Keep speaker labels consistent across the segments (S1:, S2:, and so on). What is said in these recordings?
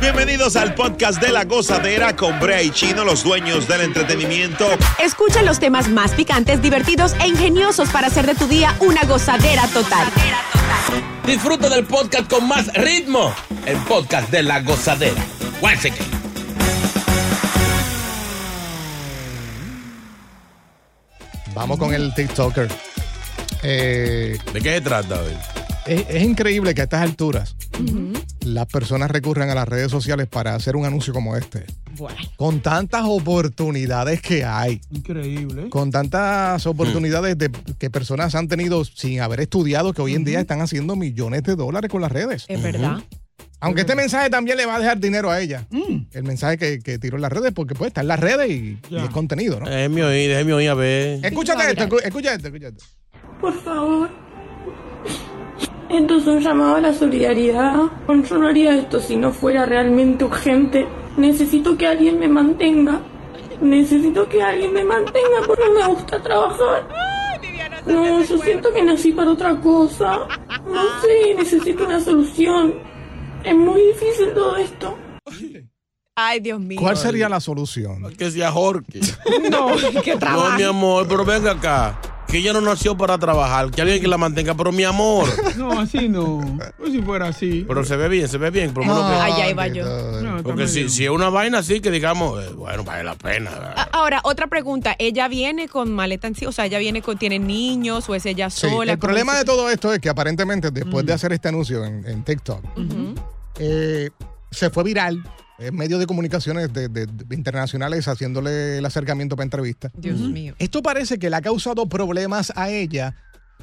S1: Bienvenidos al podcast de la gozadera con Brea y Chino, los dueños del entretenimiento.
S2: Escucha los temas más picantes, divertidos e ingeniosos para hacer de tu día una gozadera total.
S3: Disfruta del podcast con más ritmo. El podcast de la gozadera. Once again.
S4: Vamos con el TikToker. Eh,
S1: ¿De qué se trata, hoy?
S4: es, es increíble que a estas alturas las personas recurran a las redes sociales para hacer un anuncio como este. Con tantas oportunidades que hay,
S5: Increíble.
S4: con tantas oportunidades de, que personas han tenido sin haber estudiado, que hoy en día están haciendo millones de dólares con las redes.
S2: Es verdad.
S4: Aunque este mensaje también le va a dejar dinero a ella. El mensaje que, que tiró en las redes, porque pues está en las redes y, y
S5: Mm. Ya.
S4: es contenido, ¿no?
S1: Déjeme oír, déjeme oír a ver.
S4: Escúchate esto, escu- escucha esto, escucha esto.
S6: Por favor. Entonces un llamado a la solidaridad. Yo no haría esto si no fuera realmente urgente. Necesito que alguien me mantenga. Necesito que alguien me mantenga porque me gusta trabajar. No, yo siento que nací para otra cosa. No sé, necesito una solución. Es muy difícil todo esto.
S2: Ay, Dios mío.
S4: ¿Cuál sería la solución?
S1: Que sea Jorge.
S2: No, qué
S1: No,
S2: trabajo.
S1: mi amor, pero venga acá. Que ella no nació para trabajar, que alguien que la mantenga, pero mi amor.
S5: No, así no. Pues si fuera así.
S1: Pero se ve bien, se ve bien. Por lo menos
S2: Ah,
S1: que-
S2: Allá iba yo.
S5: No, está
S1: porque si,
S5: medio-
S1: si es una vaina así, que digamos, eh, bueno, vale la pena.
S2: A- Ahora, otra pregunta. ¿Ella viene con maleta en sí? O sea, ¿ella viene con, tiene niños o es ella
S4: Sí,
S2: sola?
S4: el
S2: ¿Cómo
S4: problema
S2: es?
S4: de todo esto es que aparentemente después de hacer este anuncio en, en TikTok, eh, se fue viral en medios de comunicaciones de- de- de internacionales haciéndole el acercamiento para entrevistas.
S2: Dios mío.
S4: Esto parece que le ha causado problemas a ella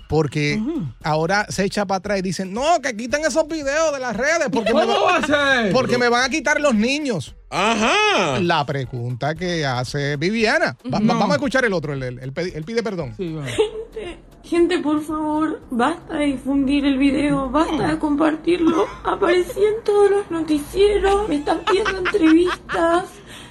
S4: porque ahora se echa para atrás y dicen, no, que quitan esos videos de las redes porque, me,
S5: ¿Cómo va a ser?
S4: porque me van a quitar los niños.
S1: Ajá.
S4: La pregunta que hace Viviana. Va- va- Vamos a escuchar el otro, el- el- el pedi- él pide perdón.
S5: Sí, va.
S6: Gente, gente, por favor, basta de difundir el video, basta de compartirlo. Aparecí en todos los noticieros, me están pidiendo entrevistas.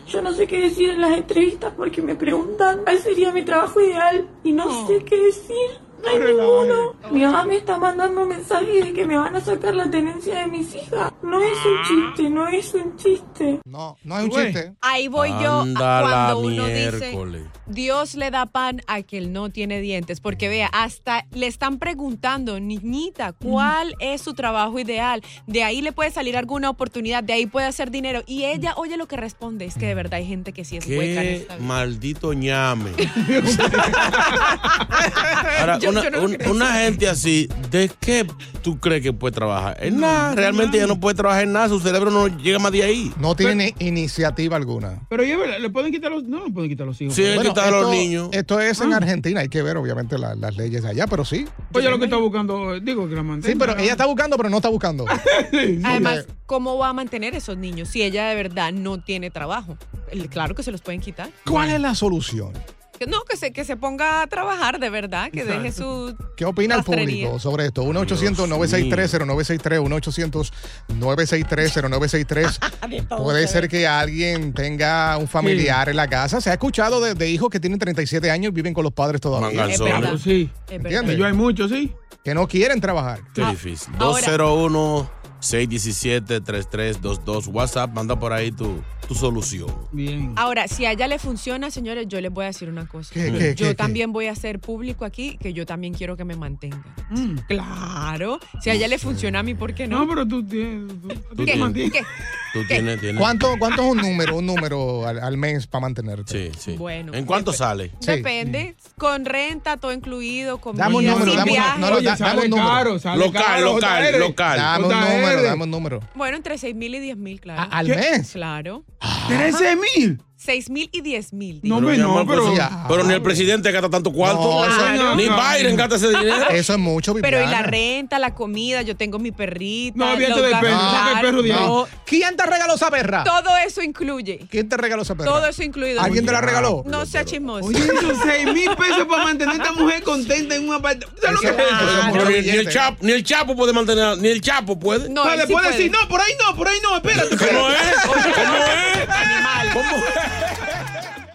S6: Yo no sé qué decir en las entrevistas porque me preguntan cuál sería mi trabajo ideal y no sé qué decir. No hay ninguno. Mi mamá me está mandando un mensaje de que me van a sacar la tenencia de mis hijas. No es un chiste, no es un chiste.
S4: No, no es un
S5: Güey.
S4: chiste.
S2: Ahí voy yo
S1: Anda
S2: a
S1: la
S2: cuando uno
S1: miércoles.
S2: dice Dios le da pan a quien no tiene dientes, porque vea, hasta le están preguntando,
S1: Mm.
S2: niñita, ¿cuál es su trabajo ideal? De ahí le puede salir alguna oportunidad, de ahí puede hacer dinero. Y ella, oye, lo que responde es que de verdad hay gente que sí es hueca en
S1: Mm. Qué
S2: esta vida.
S1: maldito ñame. Ahora,
S2: Yo-
S1: una,
S2: yo no
S1: un-
S2: creo.
S1: una gente así, ¿de qué tú crees que puede trabajar? Eh, En nada, realmente ella no puede trabajar en nada, su cerebro no llega más de ahí.
S4: No tiene ni iniciativa alguna.
S5: Pero ya, ¿verdad? le pueden quitar los. No, le pueden quitar los hijos.
S1: Sí,
S5: Oye,
S1: hay que quitar a los niños.
S4: esto es
S1: Ah.
S4: en Argentina, hay que ver obviamente la- las leyes allá, pero sí.
S5: Oye, lo que está buscando. eh, Digo que la mantenga.
S4: Sí, pero ella está buscando, pero no está buscando.
S2: Además, ¿cómo va a mantener esos niños si ella de verdad no tiene trabajo? El- Claro que se los pueden quitar.
S4: ¿Cuál es la solución?
S2: Que No, que se, que se ponga a trabajar de verdad, que deje su...
S4: ¿Qué opina el
S2: Rastrería.
S4: público sobre esto? 1-800-963-0963, 1-800-963-0963. Puede ser que alguien tenga un familiar en la casa. Se ha escuchado de, de hijos que tienen 37 años y viven con los padres todavía.
S2: Es
S1: Manganzón.
S2: verdad.
S5: Pues Sí.
S2: Es verdad. Ah.
S4: ¿Entiendes?
S5: Yo hay muchos, sí.
S4: Que no quieren trabajar.
S1: Qué difícil.
S2: ahora-
S1: 201-617-3322. WhatsApp, manda por ahí tu, tu solución.
S5: Bien.
S2: Ahora, si a ella le funciona, señores, yo les voy a decir una cosa.
S4: ¿Qué, qué,
S2: yo
S4: qué,
S2: también voy a hacer público aquí que yo también quiero que me mantengan. Claro. Si a ella le funciona a mí, ¿por qué
S5: Mm. No,
S2: no?
S5: pero tú tienes. tú- tú
S2: ¿Qué?
S5: te mantienes.
S2: ¿Qué?
S4: Eh,
S1: Tú tienes, tienes.
S4: ¿Cuánto, ¿Cuánto es un número, un número al, al mes para mantenerte?
S1: Sí, sí.
S2: Bueno. pues,
S1: ¿En cuánto sale?
S2: Depende. Con renta, todo incluido, comida,
S4: Dame un número,
S2: sin
S4: dame un
S2: viaje.
S4: número. No,
S6: Oye,
S4: da- dame
S6: sale
S4: un número.
S6: caro, sale
S1: Local,
S6: caro,
S1: local,
S6: JR.
S1: local.
S4: Dame un
S6: JR.
S4: número, dame un número.
S2: Bueno, entre 6 mil y 10 mil, claro.
S4: A- ¿Al
S6: ¿Qué?
S4: mes?
S2: Claro.
S6: ¿13 mil?
S2: 6 mil y 10 mil.
S6: No,
S1: mi
S6: hombre, no,
S1: amor,
S6: pero...
S1: pues,
S4: ya.
S1: Pero ni el presidente gasta tanto cuarto.
S4: No,
S6: señor.
S1: Ni Biden gasta ese dinero.
S4: Eso es mucho,
S2: Pero y la
S4: Viviana.
S2: renta, la comida, yo tengo mi perrita.
S6: No, bien,
S2: Ah, los
S6: te depende,
S2: gastos,
S6: saca el perro de ahí.
S2: no.
S4: ¿Quién te regaló esa perra?
S2: Todo eso incluye.
S4: ¿Quién te regaló esa perra?
S2: Todo eso incluido.
S4: ¿Alguien te la regaló?
S2: No sea chismoso.
S6: Oye, esos 6 mil pesos para mantener a esta mujer contenta en un apartamento. ¿Sabes lo
S4: Eso-
S6: que
S4: eso es mucho
S1: Pero ni, ni el
S4: billete.
S1: Chapo, ni el Chapo puede mantener, ni el Chapo puede.
S2: No,
S6: Ah,
S2: él
S6: le
S2: sí
S6: puede
S2: puede.
S6: decir, no, por ahí no, por ahí no, espérate.
S1: ¿Cómo es? ¿Cómo es? ¿Cómo es?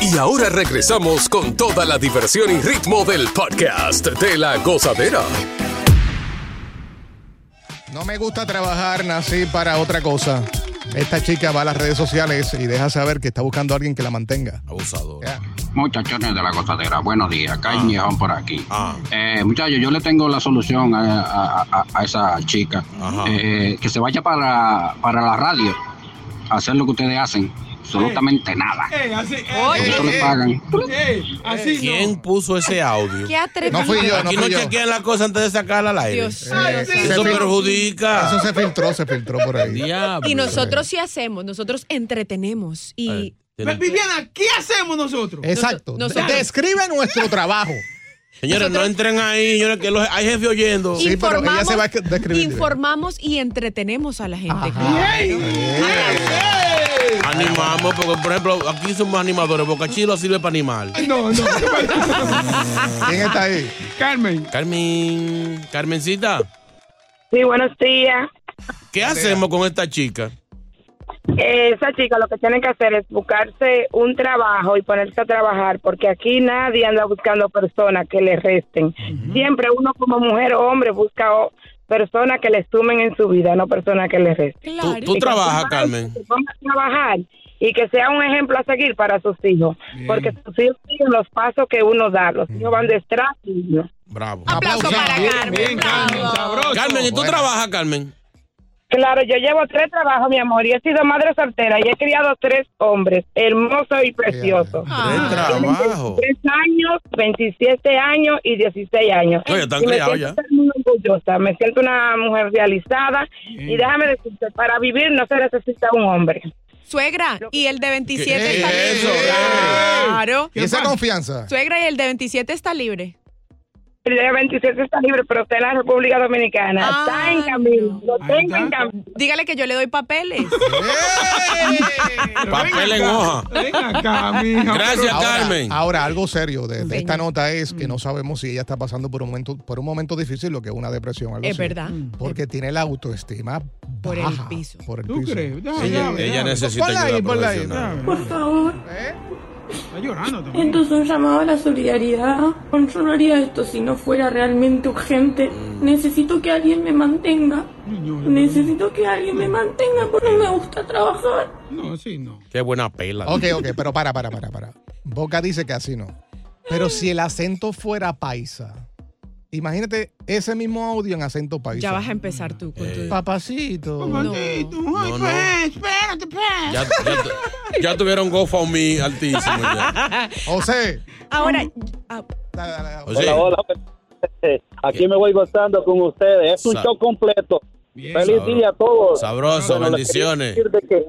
S7: Y ahora regresamos con toda la diversión y ritmo del podcast de la gozadera.
S4: No me gusta trabajar, nací para otra cosa. Esta chica va a las redes sociales y deja saber que está buscando a alguien que la mantenga.
S1: Abusador.
S4: Ya.
S8: Muchachones de la gozadera, buenos días. Acá hay Ñejón por aquí.
S1: Ah.
S8: Eh, muchachos, yo le tengo la solución a, a- a- a esa chica.
S1: Ajá.
S8: Eh, que se vaya para, para la radio a hacer lo que ustedes hacen. Absolutamente
S1: Eh.
S8: nada.
S6: Ey, así, ey,
S8: Por eso
S4: eh.
S8: le pagan.
S6: ey, así
S1: ¿Quién puso ese audio?
S2: Qué atrevido.
S4: No fui yo, no
S1: eh, Aquí no
S4: fui yo.
S1: chequean la cosa antes de sacarla al aire.
S2: Dios mío.
S6: Ay, sí.
S1: Eso
S4: Se fil-
S1: perjudica.
S4: Eso se filtró, se filtró por ahí.
S1: Diablo.
S2: Y nosotros sí hacemos, nosotros entretenemos y
S6: no. Viviana, ¿qué hacemos nosotros?
S4: Exacto.
S2: Nos- nosotros-
S4: Describe nuestro trabajo.
S1: Señores, no entren ahí, señores, que los, hay jefe oyendo.
S4: Sí, pero ella
S2: informamos,
S4: se va a describir.
S2: informamos y entretenemos a la gente.
S1: Animamos, porque por ejemplo, aquí somos animadores. Boca Chilo sirve para animar.
S6: No, no.
S4: ¿Quién está ahí?
S6: Carmen.
S1: Carmen, Carmencita,
S5: Sí, buenos días.
S1: ¿qué hacemos con esta chica?
S5: Esa chica lo que tiene que hacer es buscarse un trabajo y ponerse a trabajar, porque aquí nadie anda buscando personas que le resten. Siempre uno como mujer o hombre busca o- personas que le sumen en su vida, no personas que le resten.
S2: Claro.
S1: Tú- tú-
S5: Y que
S1: trabajas,
S5: se ponga-
S1: Carmen?
S5: se ponga a trabajar y que sea un ejemplo a seguir para sus hijos, porque sus hijos siguen los pasos que uno da, los hijos van detrás de uno.
S1: Bravo.
S2: Aplauso para
S4: Bien,
S2: Carmen.
S6: Bien, Carmen,
S2: bravo.
S6: sabroso.
S1: Carmen, ¿y tú
S4: Bueno.
S1: trabajas, Carmen?
S5: Claro, yo llevo tres trabajos, mi amor, y he sido madre soltera y he criado tres hombres, hermoso y precioso.
S1: Tres
S2: Ah,
S1: trabajo.
S5: 3 años, 27 años y 16 años.
S1: Oye, están
S5: Y me
S1: criados
S5: siento muy orgullosa, me siento una mujer realizada y déjame decirte, para vivir no se necesita un hombre.
S2: Suegra y el de 27
S4: ¿Qué
S2: está
S4: es
S2: libre.
S4: eso?
S2: Claro.
S4: ¿Y esa confianza?
S2: Suegra y el de 27 está libre.
S5: El de 27 está libre, pero está en la República Dominicana.
S2: Ah,
S5: está en camino, lo
S6: Ahí
S5: tengo en
S6: está.
S5: camino.
S2: Dígale que yo le doy papeles.
S6: Pero
S1: Papel
S6: ven
S1: en
S6: acá,
S1: hoja.
S6: Ven acá,
S2: Ah,
S6: mija.
S1: Gracias,
S4: Ahora,
S1: Carmen.
S4: ahora, algo serio de, de esta nota es que
S2: Mm.
S4: no sabemos si ella está pasando por un momento, por un momento difícil, lo que es una depresión. algo
S2: es
S4: así.
S2: verdad.
S1: Mm.
S4: Porque tiene la autoestima
S2: Por el
S4: baja,
S2: piso.
S4: Por el
S6: ¿Tú
S4: piso.
S6: crees? Ya,
S1: Ella-
S6: ya,
S1: ella
S6: ya.
S1: necesita
S4: Ponla
S1: ayuda
S4: ahí, ponla ahí.
S1: profesional.
S5: Por favor,
S6: Está llorando también.
S5: entonces un llamado a la solidaridad. Yo no haría esto si no fuera realmente urgente. Necesito que alguien me mantenga.
S6: Niño, yo-
S5: Necesito que alguien me mantenga porque me gusta trabajar.
S6: No, sí, no.
S1: Qué buena pela.
S4: Ok, ok, pero para, para, para, para. Boca dice que así no. Pero si el acento fuera paisa, imagínate ese mismo audio en acento paisa.
S2: Ya vas a empezar tú con tu...
S4: Papacito.
S6: Maldito, ay,
S1: No, no.
S6: pues, espérate, pues.
S1: Eh, Ya, ya tu- ya tuvieron GoFundMe altísimo. Ya.
S4: José.
S2: Ahora, ah,
S4: Dale, dale, dale.
S1: O sea,
S9: Hola, hola. Aquí me voy gozando con ustedes. Es un
S1: Sa-
S9: show completo.
S1: Bien,
S10: Feliz
S1: sabroso.
S10: día a todos.
S1: Sabroso,
S10: Bueno, les quería
S1: bendiciones.
S10: decir de que,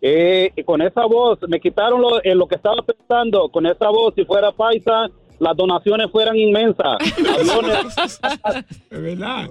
S10: eh, y con esa voz, me quitaron lo, eh, lo que estaba pensando. Con esa voz, si fuera paisa, las donaciones fueran inmensas. Aviones.
S5: Es verdad.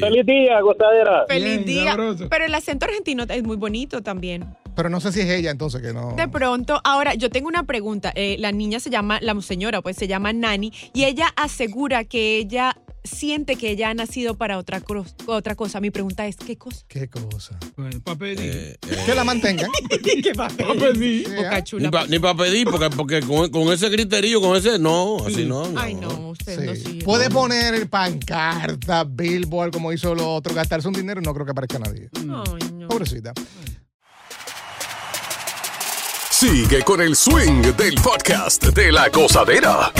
S10: Feliz día, gozadera.
S2: Feliz día. Pero el acento argentino es muy bonito también.
S4: Pero no sé si es ella entonces que no.
S2: De pronto, ahora yo tengo una pregunta. Eh, la niña se llama, la señora, pues se llama Nani, y ella asegura que ella siente que ella ha nacido para otra, cro- otra cosa. Mi pregunta es, ¿qué cosa?
S4: ¿Qué cosa?
S5: Papel.
S4: Que la mantengan. ah.
S2: ¿Qué va
S5: a pedir?
S1: Ni para pedir, porque, porque con, con ese criterio, con ese, no, así no. mi
S2: Ay,
S1: amor.
S2: no, usted no sigue.
S4: Puede poner pancarta, billboard, como hizo lo otro, gastarse un dinero y no creo que aparezca nadie.
S2: Mm.
S4: Pobrecita.
S11: Sigue con el swing del podcast de la gozadera.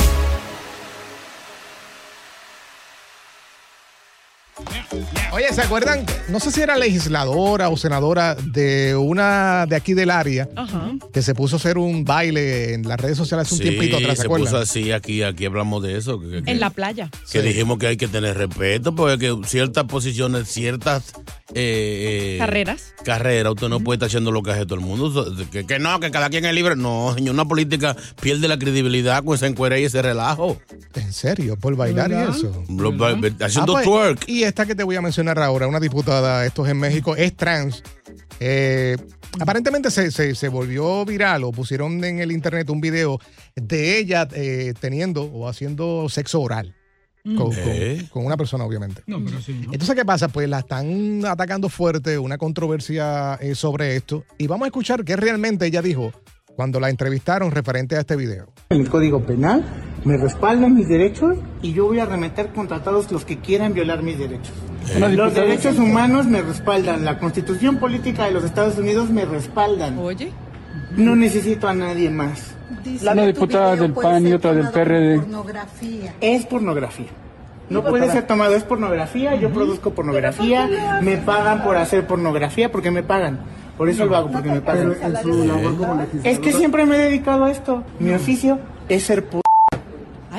S4: Oye, ¿se acuerdan? No sé si era legisladora o senadora de una de aquí del área
S2: Ajá.
S4: que se puso a hacer un baile en las redes sociales hace un
S1: Sí,
S4: tiempito atrás, ¿se
S1: se puso
S4: acuerdan?
S1: así, aquí, aquí hablamos de eso. Que, que-
S2: En la playa.
S1: que dijimos que hay que tener respeto, porque que ciertas posiciones, ciertas eh, eh,
S2: Carreras.
S1: carreras, usted no puede estar haciendo lo que hace todo el mundo. So- Que, que no, que cada quien es libre. No, señor, una política pierde la credibilidad con esa encuera y ese relajo.
S4: En serio, por bailar y eso.
S1: Lo- ba- ba- Haciendo
S4: Ah, pues,
S1: twerk.
S4: Y esta que te voy a mencionar ahora, una diputada, esto es en México, es trans. Eh, aparentemente se, se- se volvió viral o pusieron en el internet un video de ella eh, teniendo o haciendo sexo oral
S12: Mm.
S4: con, con-
S1: Eh.
S4: con una persona, obviamente.
S5: No, pero sí.
S4: Entonces, ¿qué pasa? Pues la están atacando fuerte, una controversia eh, sobre esto. Y vamos a escuchar qué realmente ella dijo cuando la entrevistaron referente a este video.
S12: En el Código Penal me respaldan mis derechos y yo voy a remeter contra todos los que quieran violar mis derechos.
S13: Una
S12: Los
S13: diputada-
S12: derechos humanos me respaldan, la Constitución Política de los Estados Unidos me respaldan.
S2: Oye.
S12: No necesito a nadie más.
S13: Una diputada del PAN y otra del PRD.
S12: Es pornografía. No
S13: Digo,
S12: puede
S13: para-
S12: ser tomado, es pornografía, yo produzco pornografía, me pagan por hacer pornografía porque me pagan. Por eso lo hago, porque me pagan.
S13: Pero en su labor como
S12: Es que
S13: legisladora-
S12: siempre me he dedicado a esto. Mi oficio es ser p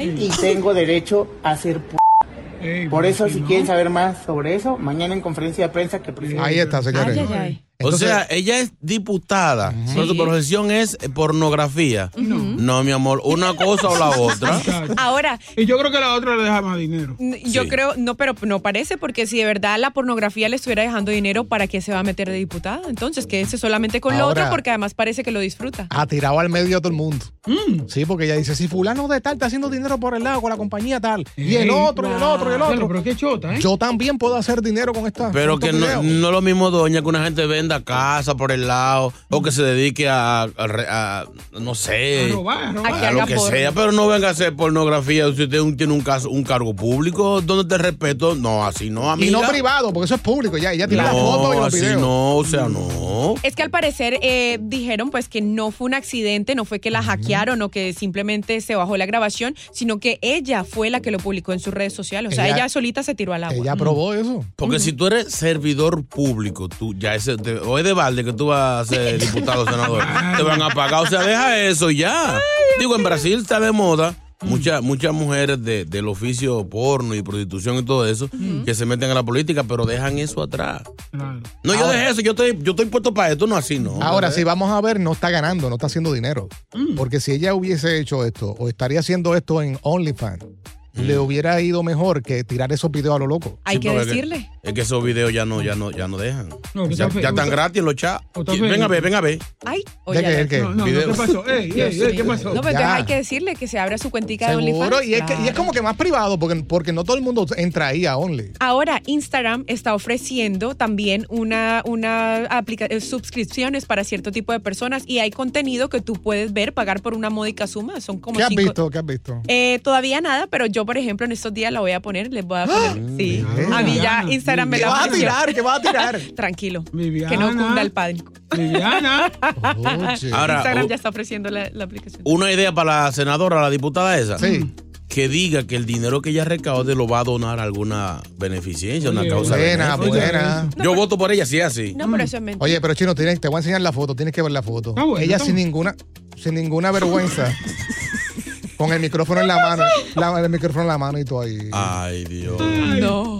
S12: y tengo derecho a ser p Por eso, si quieren saber más sobre eso, mañana en conferencia de prensa que presento.
S4: Ahí está, señores. Ay, ay, ay.
S1: o sea, ella es diputada, pero su profesión es eh, pornografía. No. mi amor, una cosa o la otra.
S2: Ahora,
S5: Y yo creo que la otra le deja más dinero.
S2: n- yo creo, no, pero no parece, porque si de verdad la pornografía le estuviera dejando dinero, ¿para qué se va a meter de diputada? Entonces, quédese solamente con lo
S4: Ahora-
S2: otro, porque además parece que lo disfruta.
S4: Ha tirado al medio a todo el mundo.
S5: Mm.
S4: Sí, porque ella dice, si fulano de tal está haciendo dinero por el lado con la compañía tal, y el
S5: Ey,
S4: otro, y el otro, y el otro.
S5: Claro, pero qué chota, ¿eh?
S4: Yo también puedo hacer dinero con esta. con
S1: Pero que
S4: estos
S1: no,
S4: videos".
S1: no es lo mismo, doña, que una gente venda casa por el lado o que se dedique a, a re- a, no sé,
S5: A robar, a robar. A que
S1: eh, lo
S5: haga
S1: que
S5: porno.
S1: sea, pero no venga a hacer pornografía. Si usted un- tiene un, caso, un cargo público, donde te respeto, no, así no,
S4: Y
S1: amiga.
S4: no privado, porque eso es público ya. Ella tira la foto y
S1: no,
S4: los
S1: así
S4: videos.
S1: no, o sea, no.
S2: Es que al parecer eh, dijeron pues que no fue un accidente, no fue que la hackearon o que simplemente se bajó la grabación, sino que ella fue la que lo publicó en sus redes sociales. O sea,
S1: Ella-
S2: ella, solita se tiró al agua.
S4: Ella aprobó eso.
S1: Porque si tú eres servidor público, tú ya ese, te- o es de balde que tú vas a ser diputado o senador, te van a pagar. O sea, deja eso y ya. Digo, en Brasil está de moda. Muchas, muchas mujeres de- del oficio porno y prostitución y todo eso que se meten a la política, pero dejan eso atrás. No, yo dejé eso, yo estoy, yo estoy puesto para esto, no así, no.
S4: Ahora, si vamos a ver, no está ganando, no está haciendo dinero.
S5: Mm.
S4: Porque si ella hubiese hecho esto o estaría haciendo esto en OnlyFans, le hubiera ido mejor que tirar esos videos a lo loco.
S1: Sí, porque es Es Mm. que esos videos ya no, ya no, ya no dejan.
S5: No, que
S1: ya,
S5: está fe-
S1: ya están
S5: está-
S1: gratis en los chats.
S5: está
S1: Ven
S5: fe-
S1: a ver, ven a ver.
S2: Ay,
S1: ¿De qué? ¿De qué?
S5: No, no, no, ¿qué
S1: Videos.
S5: pasó? Ey, ey,
S1: Dios
S5: ey, ¿qué
S1: mío.
S5: pasó?
S2: No, pero entonces
S4: Ya.
S2: hay que decirle que se abra su cuentica de
S4: Seguro.
S2: OnlyFans.
S4: Y es, que- y es
S2: Claro.
S4: como que más privado, porque, porque no todo el mundo entra ahí a Only.
S2: Ahora Instagram está ofreciendo también una, una aplica- eh, suscripciones para cierto tipo de personas y hay contenido que tú puedes ver, pagar por una módica suma. Son como
S4: ¿Qué has
S2: cinco-
S4: visto? ¿Qué has visto?
S2: Eh, todavía nada, pero yo, por ejemplo, en estos días la voy a poner, les voy a poner. Sí.
S4: ¡Ah! Viviana,
S2: A mí ya Instagram me
S4: ¿Qué
S2: la
S4: vas a
S2: ofreció.
S4: tirar? ¿Qué vas a tirar?
S2: Tranquilo. Que no cunda el pánico.
S5: Viviana.
S1: Ahora,
S2: Instagram
S1: u-
S2: ya está ofreciendo la, la aplicación.
S1: Una idea para la senadora, la diputada esa. Que diga que el dinero que ella recaude lo va a donar a alguna beneficencia, una
S4: Oye,
S1: causa.
S4: buena,
S1: benéfica.
S4: buena.
S1: Yo voto por ella si es así.
S2: No, pero eso es mentira.
S4: Oye, pero chino, tienes- te voy a enseñar la foto, tienes que ver la foto.
S2: Ah, bueno,
S4: Ella
S2: está
S4: sin ninguna, sin ninguna vergüenza. Con el micrófono en la mano. la- el micrófono en la mano y todo ahí.
S1: Ay, Dios.
S4: no.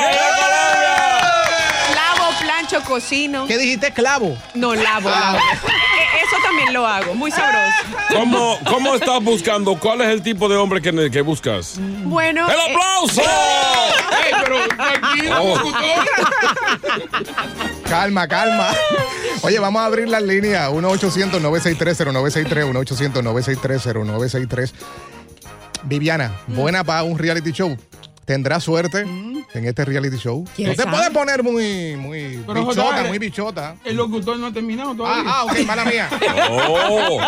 S2: Lavo, plancho, cocino.
S4: ¿Qué dijiste, Ah. clavo?
S2: No, lavo, lavo. Eh, Eso también lo hago, muy sabroso.
S1: ¿Cómo, ¿Cómo estás buscando? ¿Cuál es el tipo de hombre que, que buscas?
S2: Bueno.
S1: ¡El
S2: eh,
S1: aplauso!
S5: ¡Ey, pero tranquila,
S4: Oh.
S5: locutora!
S4: Calma, calma. Oye, vamos a abrir las líneas. 1-800-963-0963. 1-800-963-0963. Viviana,
S5: Mm.
S4: buena para un reality show. ¿Tendrás suerte en este reality show?
S5: ¿Quién
S4: No te
S5: sabe?
S4: puedes poner muy, muy
S5: Pero,
S4: bichota,
S5: Jota,
S4: muy bichota.
S5: El locutor no ha terminado todavía.
S4: Ah, ah, ok, mala mía.
S1: Oh.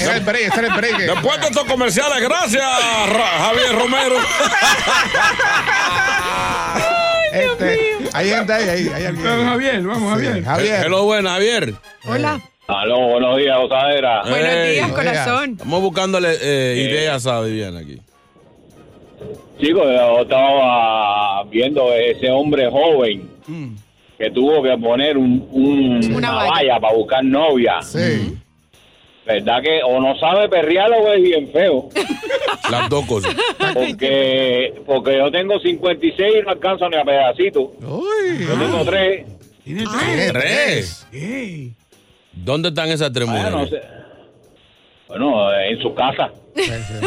S4: Era el break, ese era el break.
S1: Después de estos comerciales, gracias, Ra- Javier Romero.
S4: Este, hay gente ahí, hay, hay alguien. Vamos, Javier, vamos, Javier. Javier.
S1: Hello, buena, Javier.
S2: Hola.
S14: Aló, buenos días, Osadera.
S1: Hey.
S2: corazón.
S1: Estamos buscándole eh, ideas a Viviana aquí.
S14: Chicos, yo estaba viendo ese hombre joven
S1: Mm.
S14: que tuvo que poner un, un- una,
S15: valla.
S14: valla, para buscar novia.
S4: Sí.
S14: ¿Verdad que o no sabe perrear o es bien feo?
S1: Las dos cosas.
S14: Porque, porque yo tengo 56 y no alcanzo ni a pedacito. yo tengo tres.
S1: Ah, Tres. ¿Dónde están esas tres mujeres?
S14: Bueno, eh, en su casa.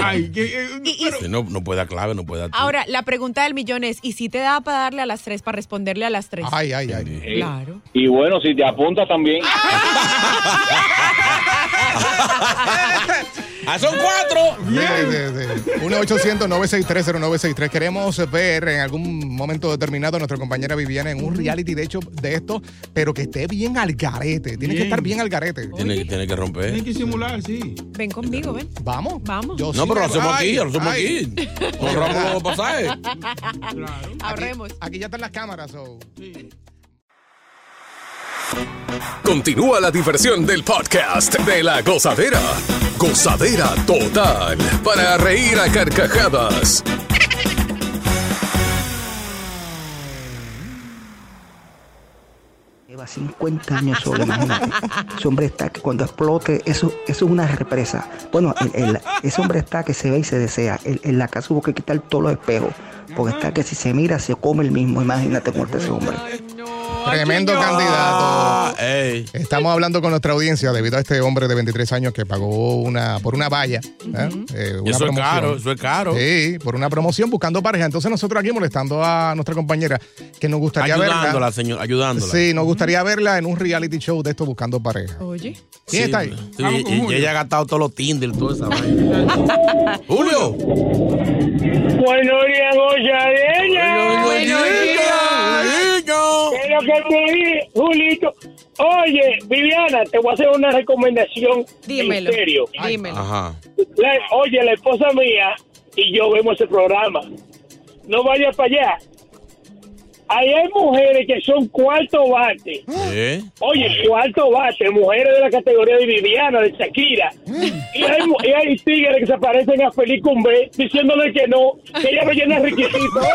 S5: Ay, que, eh,
S1: No, no puede dar clave, no puede dar.
S2: Ahora, la pregunta del millón es, ¿y si te da para darle a las tres, para responderle a las tres?
S4: Ay, ay, ay.
S2: Claro.
S14: Y bueno, si te apuntas también.
S1: ¡Ah, son cuatro!
S4: 1-800-963-0963. Queremos ver en algún momento determinado a nuestra compañera Viviana en un reality de hecho de esto, pero que esté bien al garete. Tiene que estar bien al garete.
S1: Tiene, que- tiene que romper.
S5: Hay que
S8: Ah,
S5: simular, sí.
S1: Eh.
S2: Ven conmigo, ven.
S4: Vamos.
S2: Vamos.
S1: No, pero lo hacemos aquí, lo hacemos
S4: ay.
S1: aquí. Ahorramos los pasajes.
S2: Ahorremos.
S4: Aquí ya están las cámaras. so.
S11: Continúa la diversión del podcast de la gozadera. Gozadera total. Para reír a carcajadas.
S16: Lleva 50 años solo, imagínate. Ese hombre está que cuando explote, eso, eso es una represa. Bueno, el- el- ese hombre está que se ve y se desea. El- en la casa hubo que quitar todos los espejos. Porque está que si se mira, se come el mismo. Imagínate cómo está ese hombre.
S4: Tremendo
S1: Ah,
S4: candidato. Estamos hablando con nuestra audiencia debido a este hombre de 23 años que pagó una por una valla. ¿eh? Eh,
S1: Y
S4: una
S1: eso es
S4: promoción.
S1: caro, eso es caro.
S4: Sí, por una promoción buscando pareja. Entonces nosotros aquí molestando a nuestra compañera que nos gustaría verla.
S1: Ayudándola, señor, ayudándola.
S4: Sí, nos gustaría verla en un reality show de esto buscando pareja.
S2: Oye.
S4: ¿Quién está ahí?
S1: Sí, y, y ella ha gastado todos los Tinder, toda esa vaina. Julio.
S15: Buenos días, Gozadera.
S1: Buenos días,
S15: Es lo que te dije, Julito. Oye, Viviana, te voy a hacer una recomendación.
S2: Dímelo.
S15: En serio.
S2: Dímelo.
S1: Ajá.
S15: La- oye, la esposa mía y yo vemos el programa. No vayas para allá. ahí hay mujeres que son cuarto bate.
S1: ¿Eh?
S15: Oye, cuarto bate, mujeres de la categoría de Viviana, de Shakira. Y hay, mu- y hay tigres que se aparecen a Feliz Cumbre diciéndole que no, que ella no llena requisitos.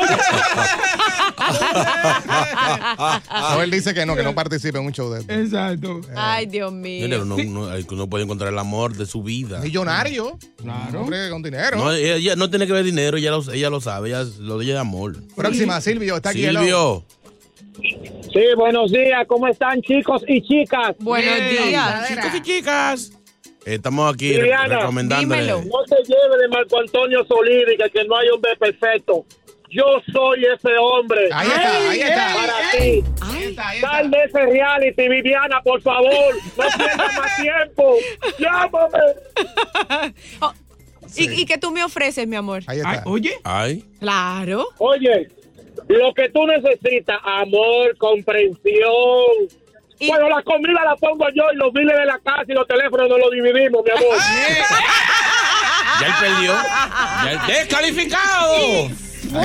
S4: No, él dice que no, que no participe en un show de esto.
S5: Exacto.
S4: Eh.
S2: Ay, Dios mío.
S1: Mira, uno, uno- ay, uno puede encontrar el amor de su vida.
S4: Millonario. Claro. Hombre con dinero.
S1: No, ella, ella no tiene que ver dinero, ella lo, ella lo sabe, ella lo de ella es amor.
S4: Próxima, Silvio, está aquí. hello.
S1: Silvio.
S8: Sí, buenos días. ¿Cómo están, chicos y chicas?
S2: Buenos
S1: días. Chicos y chicas. Estamos aquí re- recomendándole.
S8: No se lleve de Marco Antonio Solís, diga que no hay hombre perfecto. Yo soy ese hombre.
S4: Ahí está, ahí está.
S8: Para ti. Sal de ese reality, Viviana, por favor. No pierdas más tiempo. Llámame.
S2: ¿Y, y qué tú me ofreces, mi amor?
S8: Oye.
S1: Ay.
S2: Claro.
S8: Oye, lo que tú necesitas, amor, comprensión. Bueno, la comida la pongo yo y los biles de la casa y los teléfonos no los dividimos, mi amor.
S4: ¡Eh!
S1: Ya él perdió. Ya él- ¡Descalificado!